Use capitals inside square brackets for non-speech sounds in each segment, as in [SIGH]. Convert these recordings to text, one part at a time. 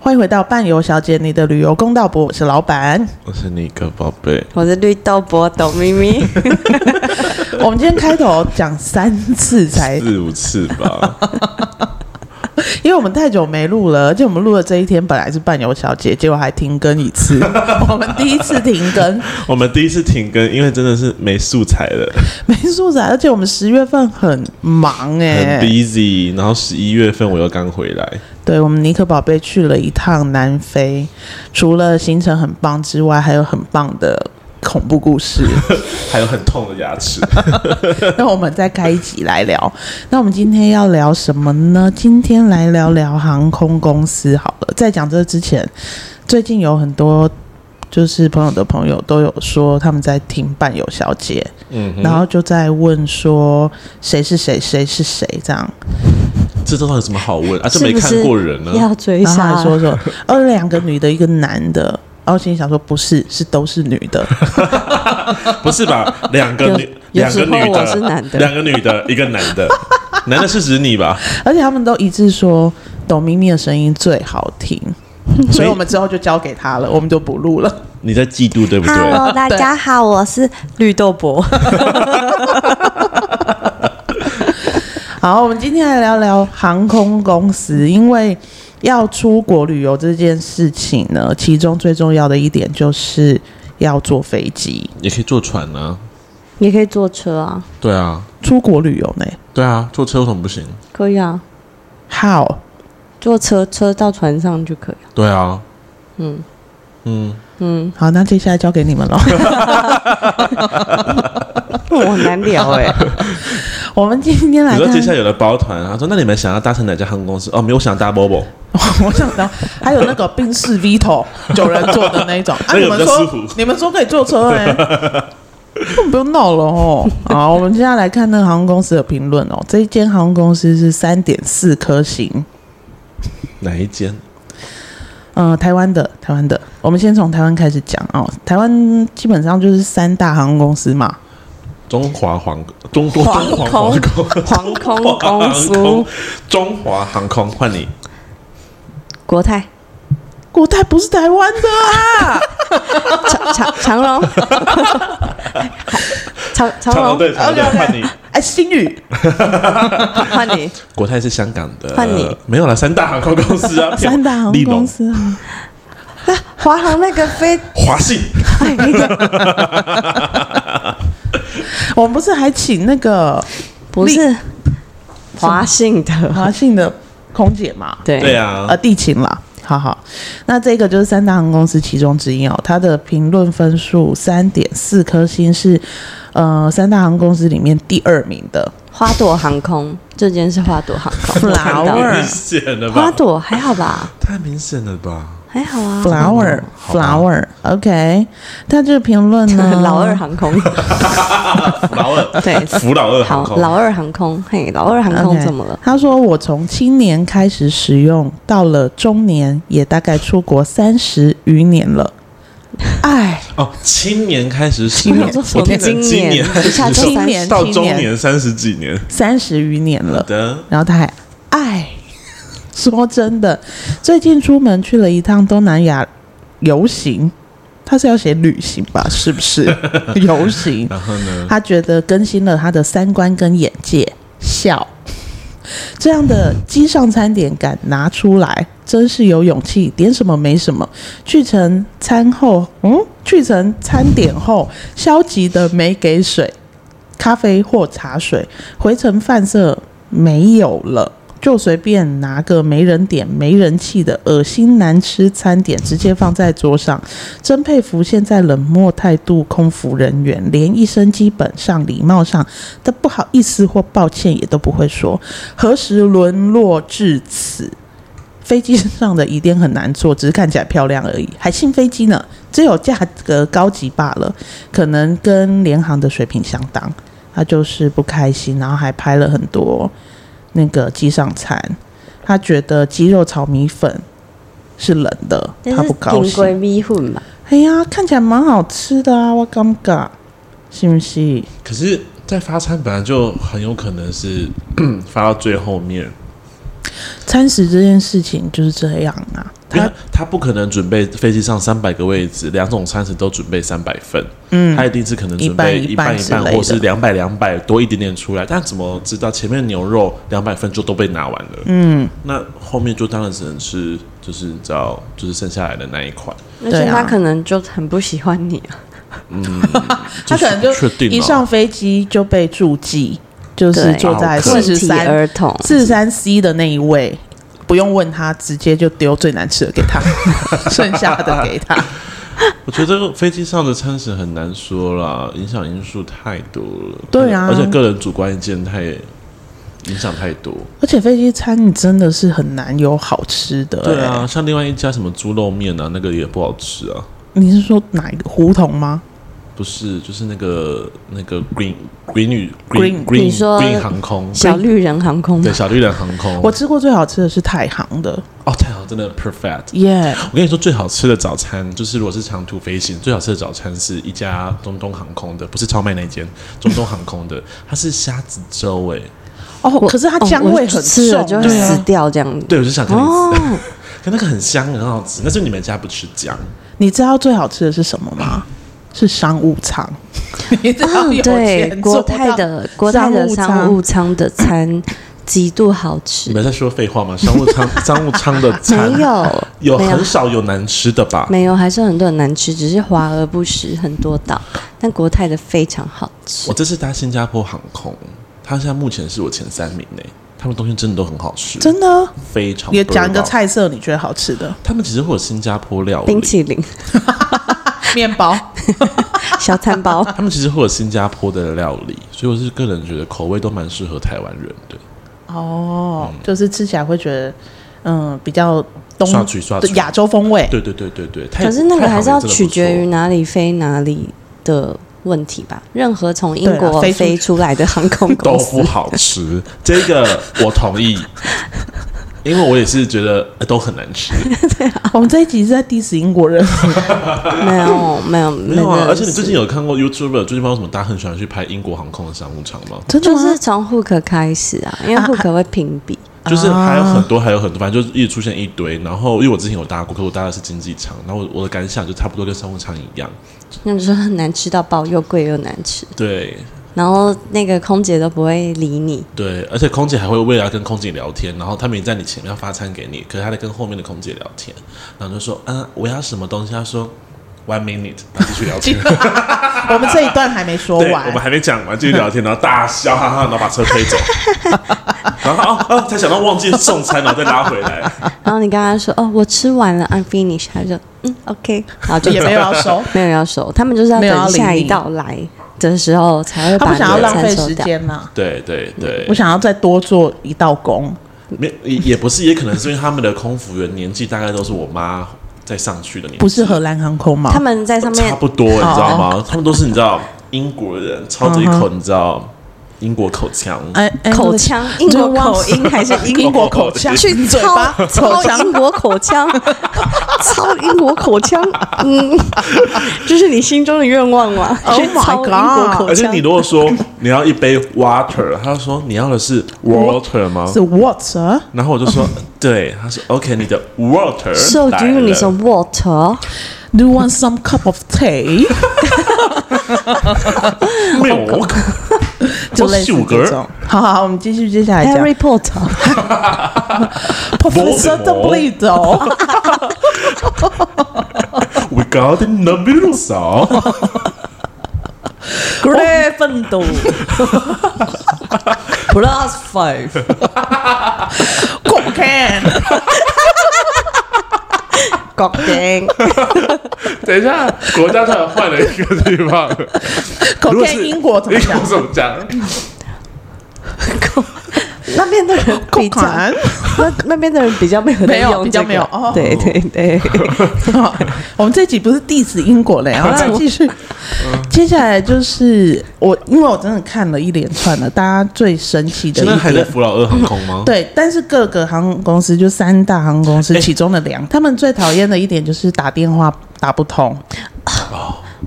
欢迎回到伴游小姐你的旅游公道博，我是老板。我是你个宝贝，我是绿豆博董 [LAUGHS] 咪咪，我们今天开头讲三次才，四五次吧， [LAUGHS] 因为我们太久没录了，而且我们录的这一天本来是伴游小姐，结果还停更一次。我们第一次停更我们第一次停更，因为真的是没素材了，没素材，而且我们十月份很忙很哎、 busy。然后十一月份我又刚回来，对我们尼克宝贝去了一趟南非，除了行程很棒之外，还有很棒的恐怖故事。还有很痛的牙齿。 [LAUGHS] [LAUGHS] 那我们再开一集来聊。那我们今天要聊什么呢？今天来聊聊航空公司好了。在讲这之前，最近有很多就是朋友的朋友都有说他们在听伴友小姐，嗯哼，然后就在问说谁是谁，谁是谁这样，这都有什么好问啊？就是没不看是过人呢、要追然后杀还说说哦两个女的，一个男的。然后心里想说不是，是都是女 [LAUGHS] 的，不是吧？两个女，有两个有时女候我是男的，的两个女的，一个男的，男的是指你吧？而且他们都一致说董咪咪的声音最好听，所所以以我们之后就交给她了，我们就不录了。你在嫉妒对不对？ Hello，大家好，我是绿豆博。好，我们今天来聊聊航空公司，因为要出国旅游这件事情呢，其中最重要的一点就是要坐飞机也可以坐船啊，也可以坐车啊，对啊，出国旅游呢。对啊，坐车为什么不行？可以啊， How？坐车车到船上就可以、啊。对啊，嗯嗯，嗯，好，那接下来交给你们了。 [LAUGHS] 我很难聊哎、 [LAUGHS] 我们今天来你说看，接下来有了包团，他说那你们想要搭乘哪家航空公司？哦，没有，我想搭 Bobo， [LAUGHS] 我想到还有那个宾士 Vito 九人座的那 [LAUGHS] 一种，啊，那个你们比较舒说服你们说可以坐车 [LAUGHS] 哎、欸，不用闹了哦。好，我们接下来看那个航空公司的评论哦。这一间航空公司是三点四颗星，哪一间？呃，台湾的，台湾的，我们先从台湾开始讲哦。台湾基本上就是三大航空公司嘛，中华航中中航华航空航空公司中华航空中华航空换你，国泰、国泰不是台湾的啊，长长长荣、 [LAUGHS] 长长长龙荣，对长龙对 OK，OK 换你，哎，新宇，换你国泰是香港的，换你没有了，三大航空公司啊，三大航立空龙公、司啊，华航那个飞，华信，哎那个我们不是还请那 [LAUGHS] 个 [LAUGHS] 不是华信的，华信的空姐嘛，对对啊呃，，地勤啦，好好，那这个就是三大航空公司其中之一哦，它的评论分数三点四颗星是，呃，三大航空公司里面第二名的，哦花朵航空，这间是花朵航空，我看到 Flower 太明显了花吧？朵还好吧？太明显了吧？还好啊。 flower 好吧 flower OK，他这个评论 [LAUGHS] 呢，老二 [LAUGHS] 航空，老二，对，福老二航好，空，老二航空，嘿，老二航 OK 空怎么了？他说我从青年开始使用，到了中年也大概出国三十余年了。哎，哦，青年开始使青用，年我听成今今年年开一下始使就青用，三年到青中年年三十几年三十余年了好，的。然后他还哎， [LAUGHS] 说真的，最近出门去了一趟东南亚游行，他是要写旅行吧？是不是游行？然后呢？他觉得更新了他的三观跟眼界，笑。 [LAUGHS] 这样的机上餐点敢拿出来，真是有勇气。点什么没什么，去成餐后，嗯，去成餐点后，消极的没给水、咖啡或茶水，回程饭色没有了。就随便拿个没人点、没人气的恶心难吃餐点，直接放在桌上，真佩服现在冷漠态度空服人员，连一声基本上礼貌上的不好意思或抱歉也都不会说，何时沦落至此？飞机上的椅垫很难坐，只是看起来漂亮而已，还新飞机呢，只有价格高级罢了，可能跟联航的水平相当。他就是不开心，然后还拍了很多那个机上餐，他觉得鸡肉炒米粉是冷的，这他不是高顶兴规。米粉吧？哎呀，看起来蛮好吃的啊，我感觉，是不是？可是，在发餐本来就很有可能是发到最后面，餐食这件事情就是这样啊，因为他他不可能准备飞机上三百个位置，两种餐食都准备三百份，嗯，他一定是可能准备一一半半一半一之半，类的或是两百两百多一点点出来。但怎么知道前面牛肉两百份就都被拿完了？嗯，那后面就当然只能吃，就是你知道，就是剩下来的那一款。而对且啊他可能就很不喜欢你啊。他可能就确定一哦上飞机就被注记，就是对坐在好可四问十题三儿童，四十三 C 的那一位，不用问他，直接就丢最难吃的给他， [LAUGHS] 剩下的给他。我觉得飞机上的餐食很难说啦，影响因素太多了。对啊而且个人主观意见太影响太多。而且飞机餐你真的是很难有好吃的、哎对啊，，像另外一家什么猪肉面啊，那个也不好吃啊。你是说哪一个胡同吗？哦不是，就是那个那个 Green Green 女 Green， Green 你 Green 说 Green 航空小绿人航空对嘛，小绿人航空。我吃过最好吃的是太行的，哦，太好，真的 perfect。耶、我跟你说，最好吃的早餐就是如果是长途飞行，最好吃的早餐是一家中东航空的，不是超卖那间，中东航空的，它是虾子粥哎、哦，可是它哦姜我味很吃了重，就会对死啊，掉这样子。对，我就想跟你哦吃，， [LAUGHS] 可那个很香，很好吃。但是你们家不吃姜，你知道最好吃的是什么吗？是商务舱， [LAUGHS] 你知道有嗯，对，钱国哎做泰到的国泰商的务舱商务舱的餐极度好你吃，们在说废话吗？商务舱商务舱的餐没有有没有很少有难吃的吧？没有，还是很多很难吃，只是华而不实，很多道。但国泰的非常 [LAUGHS] 好吃我，这次搭新加坡航空，它现在目前是我前三名内，他们东西真的都很好吃，真的，非常。也讲一个，菜色你觉得好吃的他们其实会有新加坡料理，冰淇 [LAUGHS] 淋、面包，小餐包他们其实会有新加坡的料理，所以我是个人觉得口味都蛮适合台湾人的。 [LAUGHS] 哦，就是吃起来会觉得，嗯，比较刷东取刷取，亚洲风味，对对对对对。泰 [LAUGHS] 可是那个泰还航是要也真的不取决于错哪里飞哪里的问题吧。 [LAUGHS] 任何从英对啊国飞出飞出来的航空豆公司腐，好吃，这个我同 [LAUGHS] 意，因为我也是觉得、呃都很难 [LAUGHS] 吃。我们这一集是在 diss 英国人， [LAUGHS] 没 [LAUGHS] 有没有没没有啊，而且你是最近有看过 YouTuber 最近不知道为什么大家很喜欢去拍英国航空的商务舱吗？真的就吗？是从 hook 开始啊，因为 hook 会评比，就是还有很多，还有很多，反正就是一直出现一堆。然后因为我之前有搭过，可我搭的是经济舱，然后我我的感想就差不多跟商务舱一样。那就是很难吃到爆，又贵又难吃，对然后那个空姐都不会理你。对，而且空姐还会为了要跟空姐聊天，然后他们也在你前面要发餐给你，可是他在跟后面的空姐聊天，然后就说啊我要什么东西，他说 one minute，然后继续聊 [LAUGHS] 天。我们这一段还没说对，完我，们还没讲完，继续聊天，然后大笑哈哈，然后把车推走，然后哦哦，才想到忘记送餐，然后再拉回来。然后你跟他说：“哦，我吃完了，I'm finished。”他就嗯，OK，然后就也没有要 [LAUGHS] 收，没有要啊收，他们就是要没有要等下理一你道来的时候才会他把不想要你的浪餐费收时掉。间啦。对对对，我想要再多做一道工，没也也不是，也可能是因为他们的空服员年纪大概都是我妈在上去的年纪，不是荷兰航空吗？他们在上面哦差不多，你知道吗？他们都是你知道英国人，操嗯着一口你知道英国口腔，哎哎口腔，英国口音还是英英国国口腔，去嘴巴操口操腔英国口腔， [LAUGHS] 操英国口腔，嗯，这是你心中的愿望吗？ Oh 去 my 操英国口而且腔你。如果说你要一杯 water，他就说你要的是 water 吗是？water，然后我就说对，他说 OK，你的 water 嗯 [LAUGHS] So do 来 you need 了 some water？ Do you want some cup of tea？ milk，就类似这种。好好，好我们继续接下来讲 Harry Potter， Professor Dumbledore。 We got 哦 in the middle [LAUGHS] song， Gryffindor。 Plus Five，过不看。搞定。等一下，国家突然换了一个地 [LAUGHS] 方，狗如果看是英国怎么英讲国？怎么讲？ [LAUGHS] 那边的人 [LAUGHS] 比较，看那那边的人比较没有在没有用比较这个没有哦对对对，我们这集不是 diss 英国嘞，然后再继续。接下来就是我，因为我真的看了一连串的，大家最神奇的现在还一在点。福老二航空吗？对，但是各个航空公司就三大航空公司哎其中的两，他们最讨厌的一点就是打电话打不通。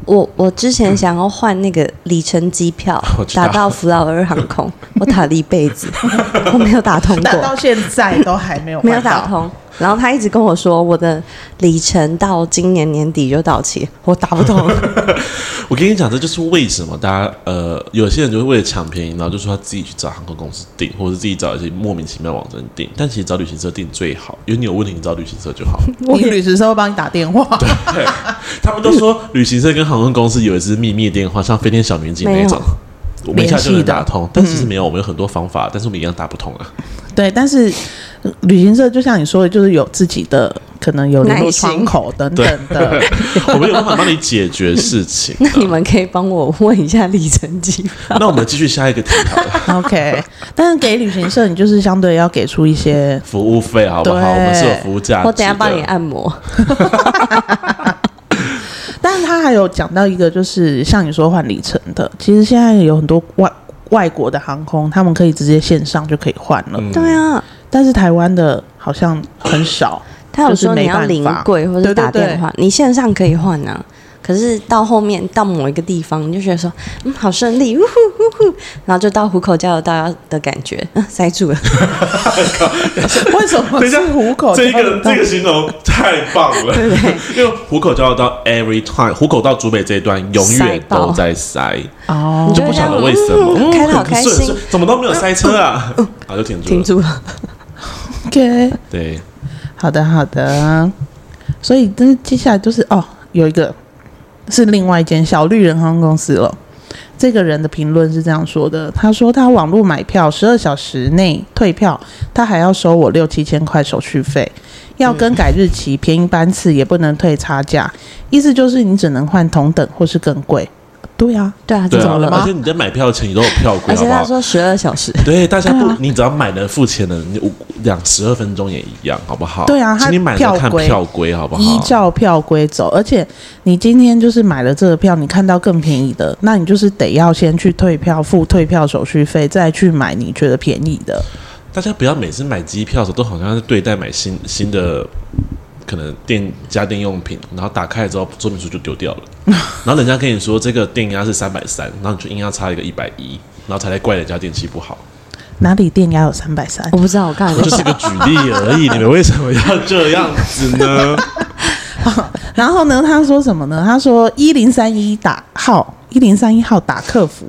我我之前想要换那个里程机票 [LAUGHS] 我，知道打到福老尔航空， [LAUGHS] 我打了一辈子， [LAUGHS] 我没有打通 [LAUGHS] 但到过，现在都还 [LAUGHS] 没有没有换到打。通。然后他一直跟我说，我的里程到今年年底就到期，我打 [LAUGHS] 不通。我跟你讲，这就是为什么大家呃，有些人就会为了抢便宜，然后就说他自己去找航空公司订，或者是自己找一些莫名其妙网站订。但其实找旅行社订最好，因为你有问题你找旅行社就好。我你旅行社会帮你打电话，他们都说旅行社跟航空公司有一支秘密电话，像飞天小女警那种没，我们一下就能联系的打通。但其实没有，我们有很多方法，但是我们一样打不通 [LAUGHS] 啊。 [LAUGHS] 对，但是呃旅行社就像你说的，就是有自己的可能有联络耐心。窗口等等的，我们有办法帮你解决事情那你们可以帮我问一下里程机票？那我们继续下一个题好了， OK，但是给旅行社，你就是相对要给出一些，服务费好不好？对我们是有服务价值的。我等一下帮你按摩。但是他还有讲到一个，就是像你说换里程的，其实现在有很多外外国的航空，他们可以直接线上就可以换了，嗯对啊，但是台湾的好像很 [LAUGHS] 少。他有就是说没你要办临法柜或对者对打电话，你线上可以换啊。可是到后面到某一个地方，你就觉得说，嗯，好顺利，呜呼呜呼，然后就到虎口交流道的感觉， [LAUGHS] 嗯，塞住了。为什么等是一下虎口这交流个道这个形容太棒了， [LAUGHS] 对不对因为虎口交流道 every time，虎口到竹北这一段永塞远爆都在塞，哦你就不会晓想得为什么，啊嗯开得好很开顺心嗯顺怎么都没有塞车啊，然后就停住停了。住了， OK，对，啊好的好的。所以，但是接下来就是哦，有一个是另外一间小绿人航空公司了。这个人的评论是这样说的：他说他网络买票十二小时内退票，他还要收我六七千块手续费，要更改日期、便宜班次也不能退差价，意思就是你只能换同等或是更贵。对啊，对啊，这对怎啊么了，而吗且？你在买票前你都有票规，而好且不他好？说啊十二小时，对，大家不，你只要买了付钱了，你五两十二分钟也一样，好不好？对啊它请你买了看票规票规，好不依好？照票规走，而且你今天就是买了这个票，你看到更便宜的，那你就是得要先去退票，付退票手续费，再去买你觉得便宜的。大家不要每次买机票的时候都好像是对待买新新的可能电家电用品，然后打开之后说明书就丢 [LAUGHS] 掉了，然后人家跟你说这个电压是三百三，然后你就硬要差一个一百一，然后才来怪人家电器不 [LAUGHS] 好。哪里电压有三百三 [LAUGHS] 我？不知道我刚才我在就想是个举例而已，你们为什么要这样子 [LAUGHS] 呢？然后呢，他说什么呢？他说一零三一打号，一零三一号打客服，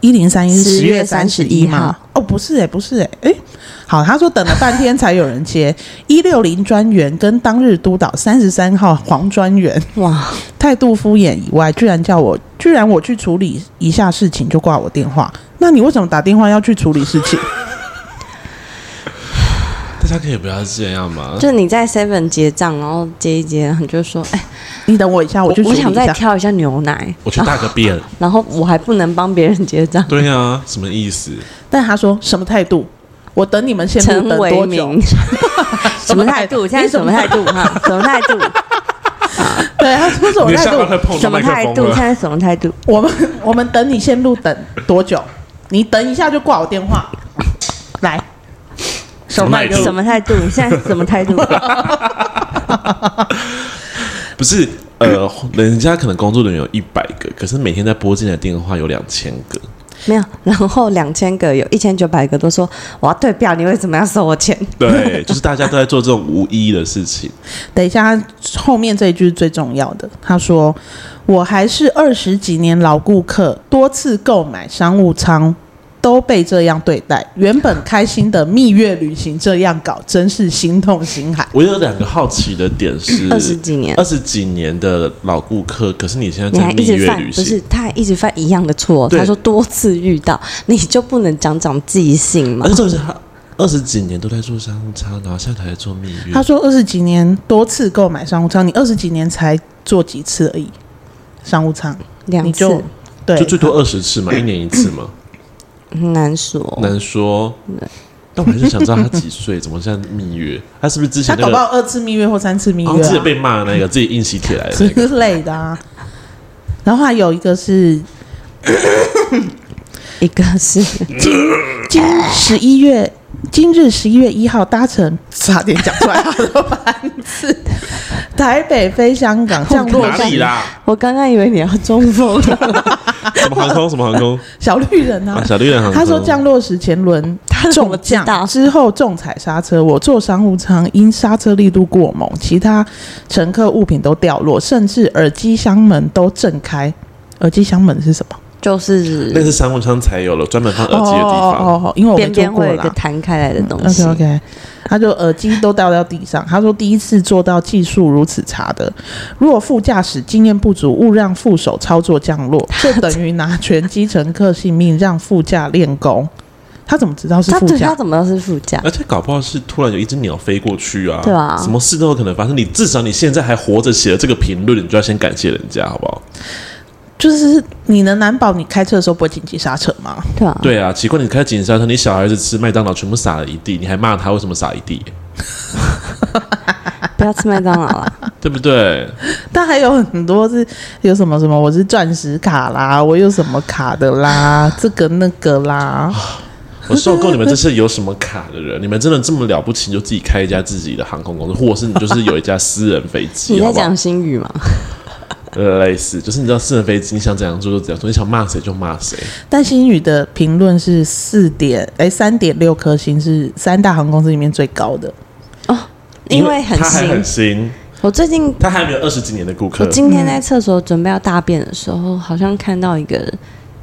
一零三一是10十月月三十一31吗号？哦，不是哎、不是哎、哎、好，他说等了半天才有人接，一六零专员跟当日督导三十三号黄专员。 [LAUGHS] 哇，态度敷衍以外，居然叫我，居然我去处理一下事情就挂我电话。那你为什么打电话要去处理 [LAUGHS] 事情？大家可以不要这样嘛。就你在 Seven 结账，然后结一结，你就说，哎，你等我一下，我去处我理想一再下。挑一下牛奶，我去大个便，然后我还不能帮别人结 [LAUGHS] 账，对啊，什么意思？但他说什么态度？我等你们线陈路等为多久？民， [LAUGHS] 什么态 [LAUGHS] 度？现在什么态度？哈，什么态度？对，他说什么你态下巴度？快 [LAUGHS] 碰到什么麦克态风度？了现。在什么 [LAUGHS] 态度？我们我们等你线路等多久？你等一下就挂我电话。来，什么态度什么态度？现在什么 [LAUGHS] 态度？不是，呃，人家可能工作人员有一百个，可是每天在拨进来的电话有两千个。没有，然后两千个有一千九百个都说我要退票，你为什么要收我钱？对， [LAUGHS] 就是大家都在做这种无意义的事情。等一下，后面这一句是最重要的。他说：“我还是二十几年老顾客，多次购买商务舱都被这样对待。原本开心的蜜月旅行这样搞，真是心痛心寒。我有两个好奇的点是嗯，二十几年二十几年的老顾客，可是你现在你在还一蜜直月犯，旅不是行，他还一直犯一样的错。对他说多次遇到，你就不能长长记性吗而且？啊重点是他二十几年都在做商务舱，然后现在才在做蜜月他。说：“二十几年多次购买商务舱，你二十几年才做几次而已，商务舱两你就次对就最多二十 [CLEARS THROAT] 次嘛，一年一次嘛，很嗯难说，难说。嗯但我还是想知道他几岁，怎么现在蜜月？他是不是之前他搞那不个好二次蜜月或三次蜜哦月、自己啊、被骂的那个，自己硬起铁来的之那 [LAUGHS] 个？类的啊。”然后还有一个是一个是今十一月今日十一月一号搭乘，差点讲出来 [LAUGHS] 他的班次，台北飞香港降落哪里啦？我刚刚以为你要中风，什么航空？什么航 [LAUGHS] 空？小绿人啊啊，，小绿人航空。他说降落时前轮他怎重么知降道之后重踩刹车，我坐商务舱因刹车力度过猛，其他乘客物品都掉落，甚至耳机箱门都震开。耳机箱门是什么？就是那是商务舱才有了专门放耳机的地哦哦方。哦哦，因为我没边坐边过会有一个啦。弹开来的东西 OK。OK，他就耳机都掉到地上。他说第一次做到技术如此差的，如果副驾驶经验不足，误让副手操作降 [LAUGHS] 落，这等于拿全机乘客性命让副驾练功。他怎么知道是他副对驾他？怎么都是副驾 [LAUGHS] 而，且搞不好是突然有一只鸟飞过去啊，对啊什么事都有可能发生。你至少你现在还活着，写了这个评论，你就要先感谢人家，好不好？就是你能难保你开车的时候不会紧急刹车吗？对啊，对啊，奇怪，你开警车，你小孩子吃麦当劳全部撒了一地，你还骂他为什么撒一地，不要吃麦当劳啊了，对不对？但还有很多是有什么什么，我是钻石卡啦，我有什么卡的啦，这个那个啦，我受够你们这些有什么卡的人，你们真的这么了不起，你就自己开一家自己的航空公司，或者是你就是有一架私人飞你机，好不在好讲？新语吗？呃，类似，就是你知道私人飞机，你想怎样做就怎样做，你想骂谁就骂谁。但星宇的评论是四点，哎，三点六颗星是三大航空公司里面最高的。因为很他还新很，新，我最近他还没有二十几年的顾我客，今天在厕所准备要大便的时候，好像看到一个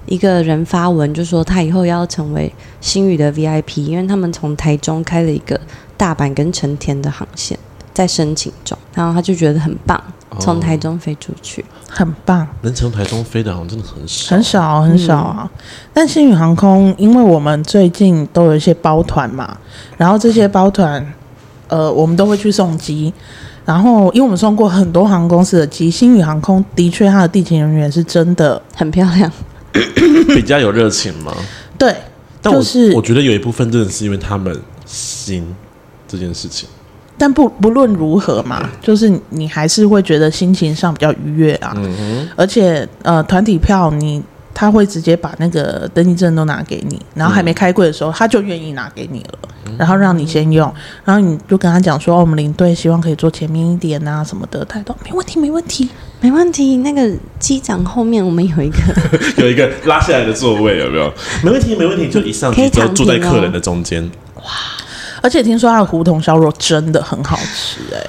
一个人发文，就说他以后要成为新宇的 VIP，因为他们从台中开了一个大阪跟成田的航线，在申请中，然后他就觉得很棒，从台中飞出去。很棒，能从台中飞的好像真的很少，很少很少啊！但星宇航空，因为我们最近都有一些包团嘛，然后这些包团，呃，我们都会去送机。然后，因为我们送过很多航空公司的机，星宇航空的确它的地勤人员是真的很漂 [LAUGHS] 亮，比较有热情 [LAUGHS] 嘛。对，但我、就是我觉得有一部分真的是因为他们新这件事情， [LAUGHS] 但不不论如何嗯嘛，就是你还是会觉得心情上比较愉悦啊。嗯而且呃，团体票你他会直接把那个登记证都拿给你，然后还没开柜的时候，他就愿意拿给你了，嗯然后让你先用，然后你就跟他讲说，哦我们领队希望可以坐前面一点啊什么的，他都没问题，没问题。没问题。那个机长后面我们有一个， [LAUGHS] 有一个拉下来的座位，有没有？没问题，没问题，就一上可去以之后躺坐在平客哦人的中间，而且听说他的胡同烧肉真的很好吃、哎，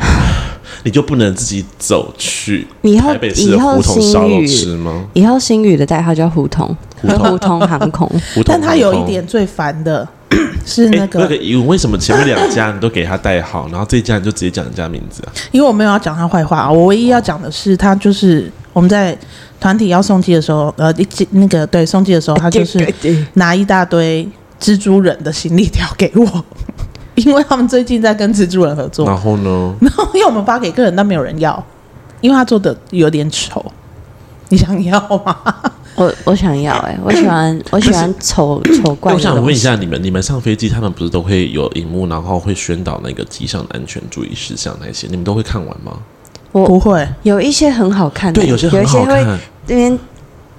你就不能自己走去以后台北市以的后胡同烧新肉吃宇，吗？以后新宇的代号叫胡同，胡同 [LAUGHS] 胡同航空。胡同但他有航一空点最烦的 [CLEARS THROAT] 是哎那那个个，疑问，为什么前面两家你都给他代号，然后这一家你就直接讲人家名字啊？因为我没有要讲他坏话啊，我唯一要讲的是他就是我们在团体要送机的时候，呃，一进那个对送机的时候，他就是拿一大堆蜘蛛人的行李条给我， [LAUGHS] 因为他们最近在跟蜘蛛人合作，然后呢？然后因为我们发给客人，但没有人要，因为他做的有点丑，你想要吗？ [LAUGHS] 我我想要哎、我喜欢我喜欢丑丑怪那我的想东问一西。下你们，你们上飞机，他们不是都会有荧幕，然后会宣导那个机上的安全注意事项那些，你们都会看完吗？我不会，有一些很好看的，对，有些有很一好些会看，那边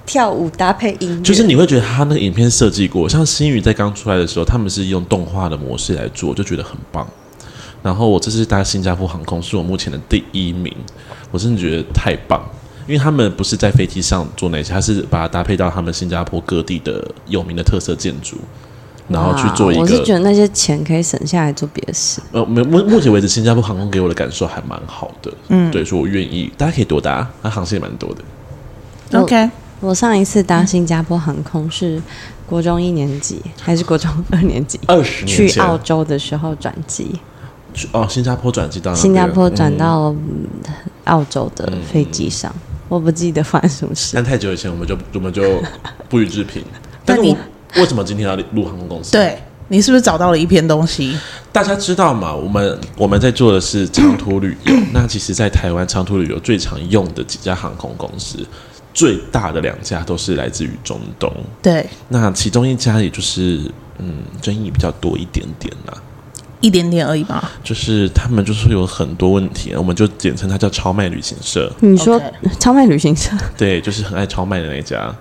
跳舞搭配音乐，啊就是你会觉得他那个影片设计过，像新宇在刚出来的时候，他们是用动画的模式来做，就觉得很棒。然后我这次搭新加坡航空是我目前的第一名，我真的觉得太棒，因为他们不是在飞机上做那些，他是把它搭配到他们新加坡各地的有名的特色建筑，然后去做一啊哇我是觉个得那些钱可以省下来做别的事。呃，目目目前为止新加坡航空给我的感受还蛮好的，嗯，对，所以我愿意，大家可以多搭，它航线也蛮多的。我 OK，我上一次搭新加坡航空是国中一年级还是国中二年级？二十年啊去前澳洲的时候转机，去哦，新加坡转机到那新加边坡转嗯到嗯澳洲的飞机上，啊我不记得发生什么事。但太久以前我们就我们就不予置 [LAUGHS] 评。但是那你我为什么今天要录航空公司？，对你是不是找到了一篇东西？大家知道嘛，我们我们在做的是长途旅游。那其实，在台湾长途旅游最常用的几家航空公司，最大的两家都是来自于中东。对，那其中一家也就是嗯，争议比较多一点点啦、一点点而已嘛。就是他们就是有很多问题，我们就简称它叫超卖旅行社。你说 OK 超卖旅行社，对，就是很爱超卖的那一家。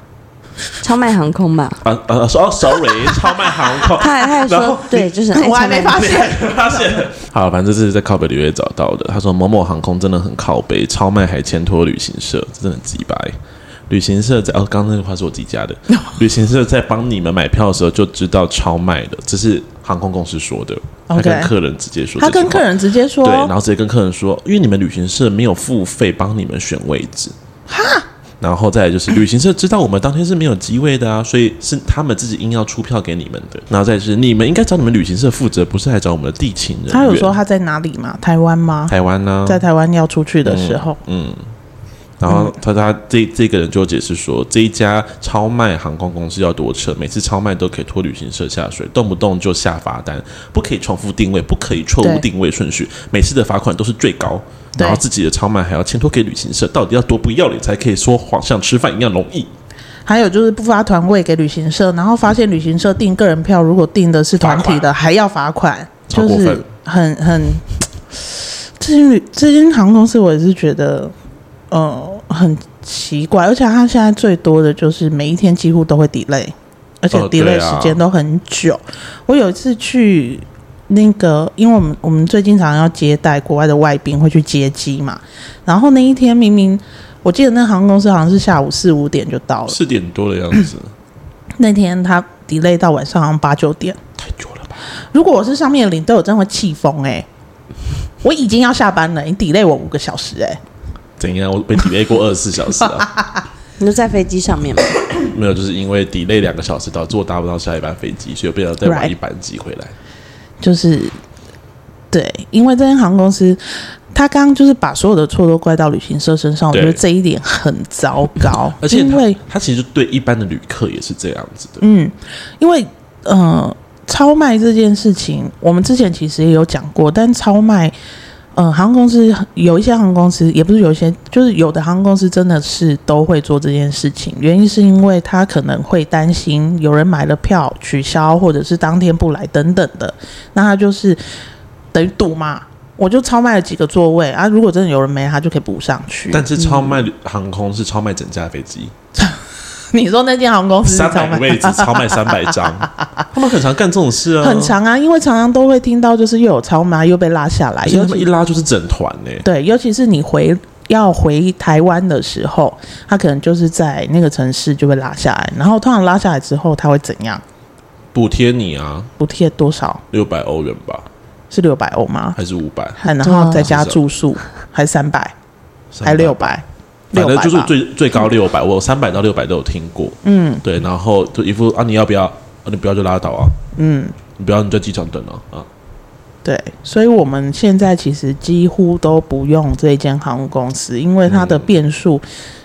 超卖航空吧，啊啊说哦，sorry，超卖航空，他还他还然后说 [LAUGHS] 对，就是 [LAUGHS] 哎我还没超卖发现。发现。好，反正这是在靠北旅业找到的。他说某某航空真的很靠北，超卖还签托旅行社，这真的很鸡掰。旅行社在哦，刚刚那句话是我自己加的。旅行社在帮你们买票的时候就知道超卖了，这是航空公司说的。他 OK 跟客人直接说这句话，他跟客人直接说对，然后直接跟客人说，因为你们旅行社没有付费帮你们选位置，然后再 [LAUGHS] 来就是旅行社知道我们当天是没有机位的啊，所以是他们自己硬要出票给你们的。然后再来是你们应该找你们旅行社负责，不是来找我们的地勤人员。他有说他在哪里吗？台湾吗？台湾啊呢、在台湾要出去的时候，然后他他这这个人就解释说，这一家超卖航空公司要多扯，每次超卖都可以拖旅行社下水，动不动就下罚单，不可以重复定位，不可以错误对定位顺序，每次的罚款都是最高。对然后自己的超卖还要牵托给旅行社，到底要多不要脸才可以说谎像吃饭一样容易？还有就是不发团位给旅行社，然后发现旅行社订个人票，如果订的是团体的，还要罚款，超就过分是很很。这间旅这间航空公司，我也是觉得，呃，很奇怪，而且它现在最多的就是每一天几乎都会 delay，而且哦对 delay 啊时间都很久。我有一次去那个，因为我们我们最经常要接待国外的外宾，会去接机嘛。然后那一天明明我记得那航空公司好像是下午四五点就到了，四点多的样子，那天他 delay 到晚上好像八九点。 [LAUGHS] 太久了吧？如果我是上面的领队，我真的会气疯哎！我已经要下班了，你 delay 我五个小时哎、怎样？我被 delay 过二十四小时啊？你就在飞机上面嘛，没有，就是因为 delay 两个小时，导致我搭不到下一班飞机，所以我变成再晚一班机回来。就是对，因为这间航空公司，他刚刚就是把所有的错都怪到旅行社身上，我对。觉得这一点很糟糕而且因为他他其实对一般的旅客也是这样子的。嗯，因为呃，超卖这件事情，我们之前其实也有讲过，但超卖，呃，航空公司有一些航空公司，也不是有一些，就是有的航空公司真的是都会做这件事情，原因是因为他可能会担心有人买了票取消，或者是当天不来等等的，那他就是等于赌嘛。我就超卖了几个座位啊！如果真的有人没，他就可以补上去。但是超卖航空是超卖整架飞机， [LAUGHS] 你说那间航空公嗯司是三超百卖个位置超卖三百 [LAUGHS] 张，他们很常干这种事啊，很，长啊，因为常常都会听到，就是又有超麻又被拉下来，尤他们一其拉就是整团呢、对，尤其是你回要回台湾的时候，他可能就是在那个城市就被拉下来，然后通常拉下来之后，他会怎样？补贴你啊，补贴多少？六百欧元吧，是六百欧吗？还是五百，还然对啊后再加住宿，还三百，还六百，反六正百就是吧。最最高六百，我三百到六百都有听过。嗯，对，然后就一副啊，你要不要？啊，你不要就拉倒啊。嗯，你不要你在机场等啊啊。对，所以我们现在其实几乎都不用这间航空公司，因为它嗯的变数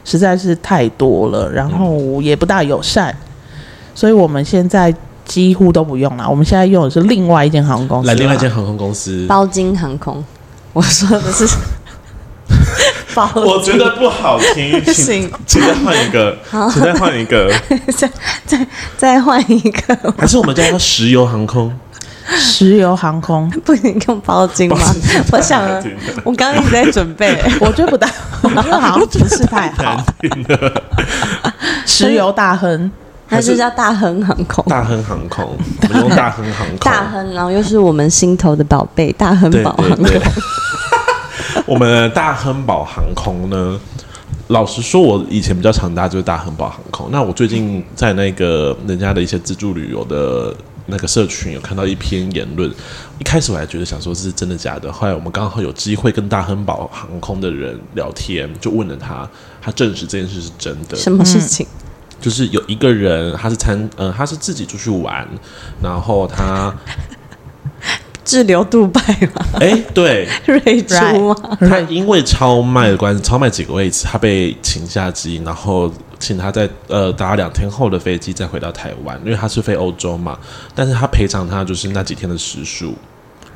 实在是太多了，然后也不大友善，所以我们现在几乎都不用了。我们现在用的是另外一间航空公司啦，来另外一间航空公司，啊包金航空，我说 [LAUGHS] 的是包金，我觉得不好 [LAUGHS] 听，不请行请再换一个，请再换一个，再换一个， [LAUGHS] [LAUGHS] 还是我们叫它石油航空？石油航空，不能用包金吗包金？ [LAUGHS] 我想了， [LAUGHS] 我刚刚一直在准备， [LAUGHS] 我觉得不大，我觉得好像 [LAUGHS] 不是太好。石油大亨，它是叫大亨航空。大亨航空，我们用大亨航空， [LAUGHS] 大亨，然后又是我们心头的宝贝，大亨对宝航对空对。 [LAUGHS] 我们的大亨堡航空呢，老实说，我以前比较常搭就是大亨堡航空。那我最近在那个人家的一些自助旅游的那个社群有看到一篇言论，一开始我还觉得想说这是真的假的，后来我们刚好有机会跟大亨堡航空的人聊天，就问了他，他证实这件事是真的。什么事情？嗯就是有一个人，他是参，呃，他是自己出去玩，然后他， [LAUGHS] 滞留杜拜吗？哎、 [LAUGHS] 对，瑞珠吗他因为超卖的关系，超卖几个位置，他被请下机，然后请他在呃搭两天后的飞机再回到台湾，因为他是飞欧洲嘛。但是他赔偿他就是那几天的食宿，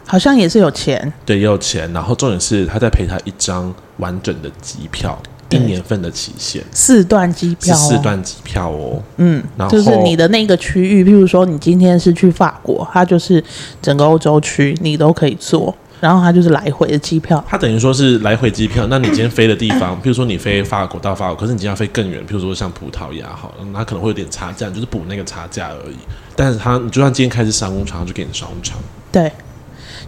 好像也是有钱，对，也有钱。然后重点是他再赔他一张完整的机票，一年份的期限。四段机是票、哦，四段机票哦，嗯，然后就是你的那个区域，譬如说你今天是去法国，它就是整个欧洲区，你都可以做。然后它就是来回的机票，它等于说是来回机票。那你今天飞的地方，譬如说你飞法国到法国，可是你今天要飞更远，譬如说像葡萄牙，好了，那可能会有点差价，你就是补那个差价而已。但是它，你就算今天开是商务舱，它就给你商务舱。对，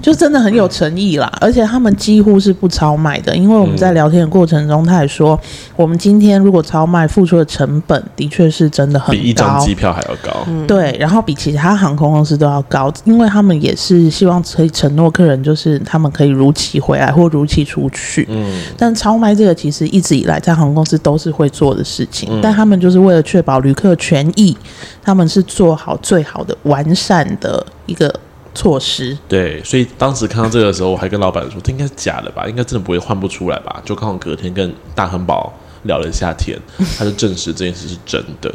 就真的很有诚意啦。而且他们几乎是不超卖的，因为我们在聊天的过程中，他也说，我们今天如果超卖，付出的成本的确是真的很比一张高。嗯机票还要高。对，然后比其他航空公司都要高，因为他们也是希望可以承诺客人，就是他们可以如期回来或如期出去。嗯，但超卖这个其实一直以来在航空公司都是会做的事情，但他们就是为了确保旅客权益，他们是做好最好的完善的一个措施。对，所以当时看到这个的时候，我还跟老板说，这应该是假的吧，应该真的不会换不出来吧。就刚好隔天跟大亨宝聊了一下天，嗯他就证实这件事是真的。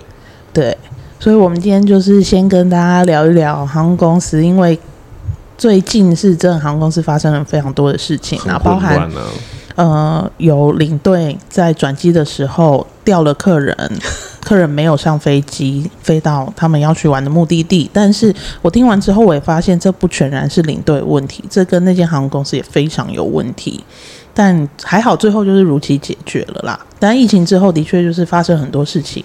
对，所以我们今天就是先跟大家聊一聊航空公司，因为最近是真的航空公司发生了非常多的事情啊，很包混含乱啊，呃，有领队在转机的时候掉了客 [LAUGHS] 人，客人没有上飞机，飞到他们要去玩的目的地。但是我听完之后，我也发现这不全然是领队的问题，这跟那间航空公司也非常有问题。但还好，最后就是如期解决了啦。但疫情之后，的确就是发生很多事情，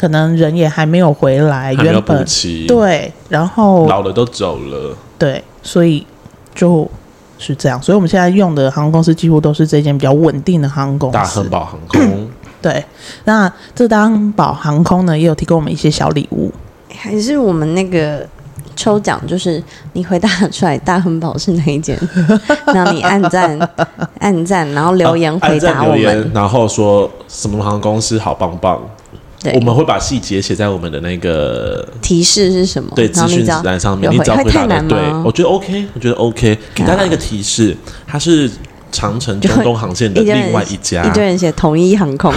可能人也还没有回来，还没有原补本齐，，对，然后老了都走了。对，所以就是这样。所以我们现在用的航空公司几乎都是这间比较稳定的航空大公司亨。宝航 [COUGHS] 空 [CLEARS THROAT] 对，那这当宝航空呢也有提供我们一些小礼物。还是我们那个抽奖，就是你回答出来大亨堡是哪 [LAUGHS] 一间，然后你按赞按赞，然后留言啊回答按赞我留们。言，然后说什么航空公司好棒棒，对，我们会把细节写在我们的那个提示是什么？对哦然资后你讯只要栏上面，有你回只要会回太答的难对，吗我？觉得 OK，我觉得 OK，给大家一个提示，它是长 [LAUGHS] 城中东航线的一堆另人外一家一，堆人写统一 [LAUGHS] 航空，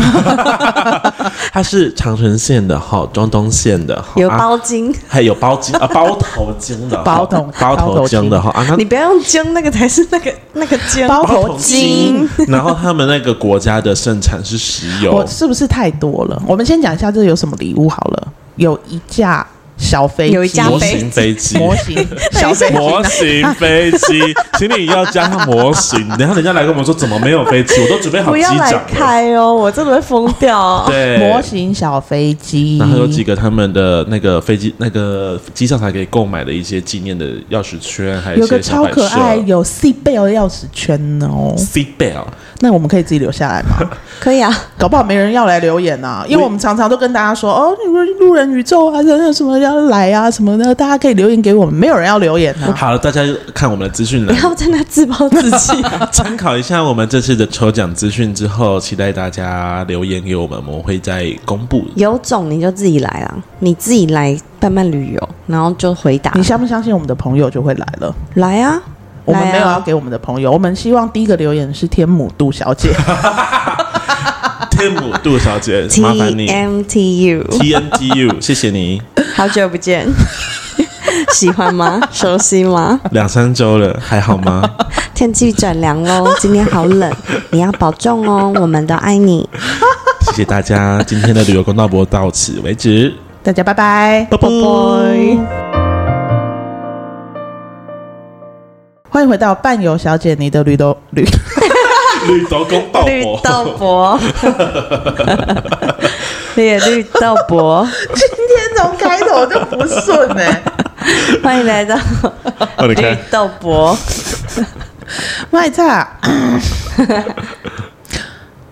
它是长城线的哈，中东线的哈，有啊包金，还有包巾啊，包头巾 [LAUGHS] 的哈，包头包包头头巾的哈啊，那你不要用金，那个才是那个那个金。包包头头巾，巾，然后他们那个国家的盛产是石油我，是不是太多了？我们先讲一下这有什么礼物好了。有一架小飞机，有一架模飞型飞机，模 [LAUGHS] 型小飞机模型 [LAUGHS] 飞机，请你要加上模型。然后人家来跟我们说怎么没有飞机，我都准备好不机要来长了。开哦，我真的会疯掉、 [LAUGHS] 对，哦模型小飞机，然后有几个他们的那个飞机那个机上才可以购买的一些纪念的钥匙圈，还有有一个些小超摆可设。爱，有 C bell 钥匙圈哦。 seat belt，那我们可以自己留下来吗？可以啊，搞不好没人要来留言啊，因为我们常常都跟大家说，哦，你们路人宇宙啊，人什么要来啊什么的，大家可以留言给我们，没有人要留言啊。好了，大家看我们的资讯不栏，要在那自暴自 [LAUGHS] 弃、参考一下我们这次的抽奖资讯之后，期待大家留言给我们，我们会再 [LAUGHS] 公布。有种你就自己来啊，你自己来慢慢旅游，然后就回答你相不相信我们的朋友就会来了？来啊，我们来啊没有要给我们的朋友，我们希望第一个留言是天母杜小姐，天母杜小姐， T 麻烦你 M T U， T N T U，谢谢你，好久不 [LAUGHS] 见，喜欢吗？熟悉吗？两三周了，还好吗？天气转凉 [LAUGHS] 喽，今天好冷，你要保重哦，我们都爱你，谢谢大家，今天的旅游公道博到此为止， [LAUGHS] 大家拜拜。拜拜拜。欢迎回到伴游小姐，你的旅游旅 [LAUGHS] 绿豆公道绿豆博， [LAUGHS] 烈绿豆博，今天从开头就不顺哎、[LAUGHS] [LAUGHS] 欢迎来到哦，你绿看，豆博。卖菜啊、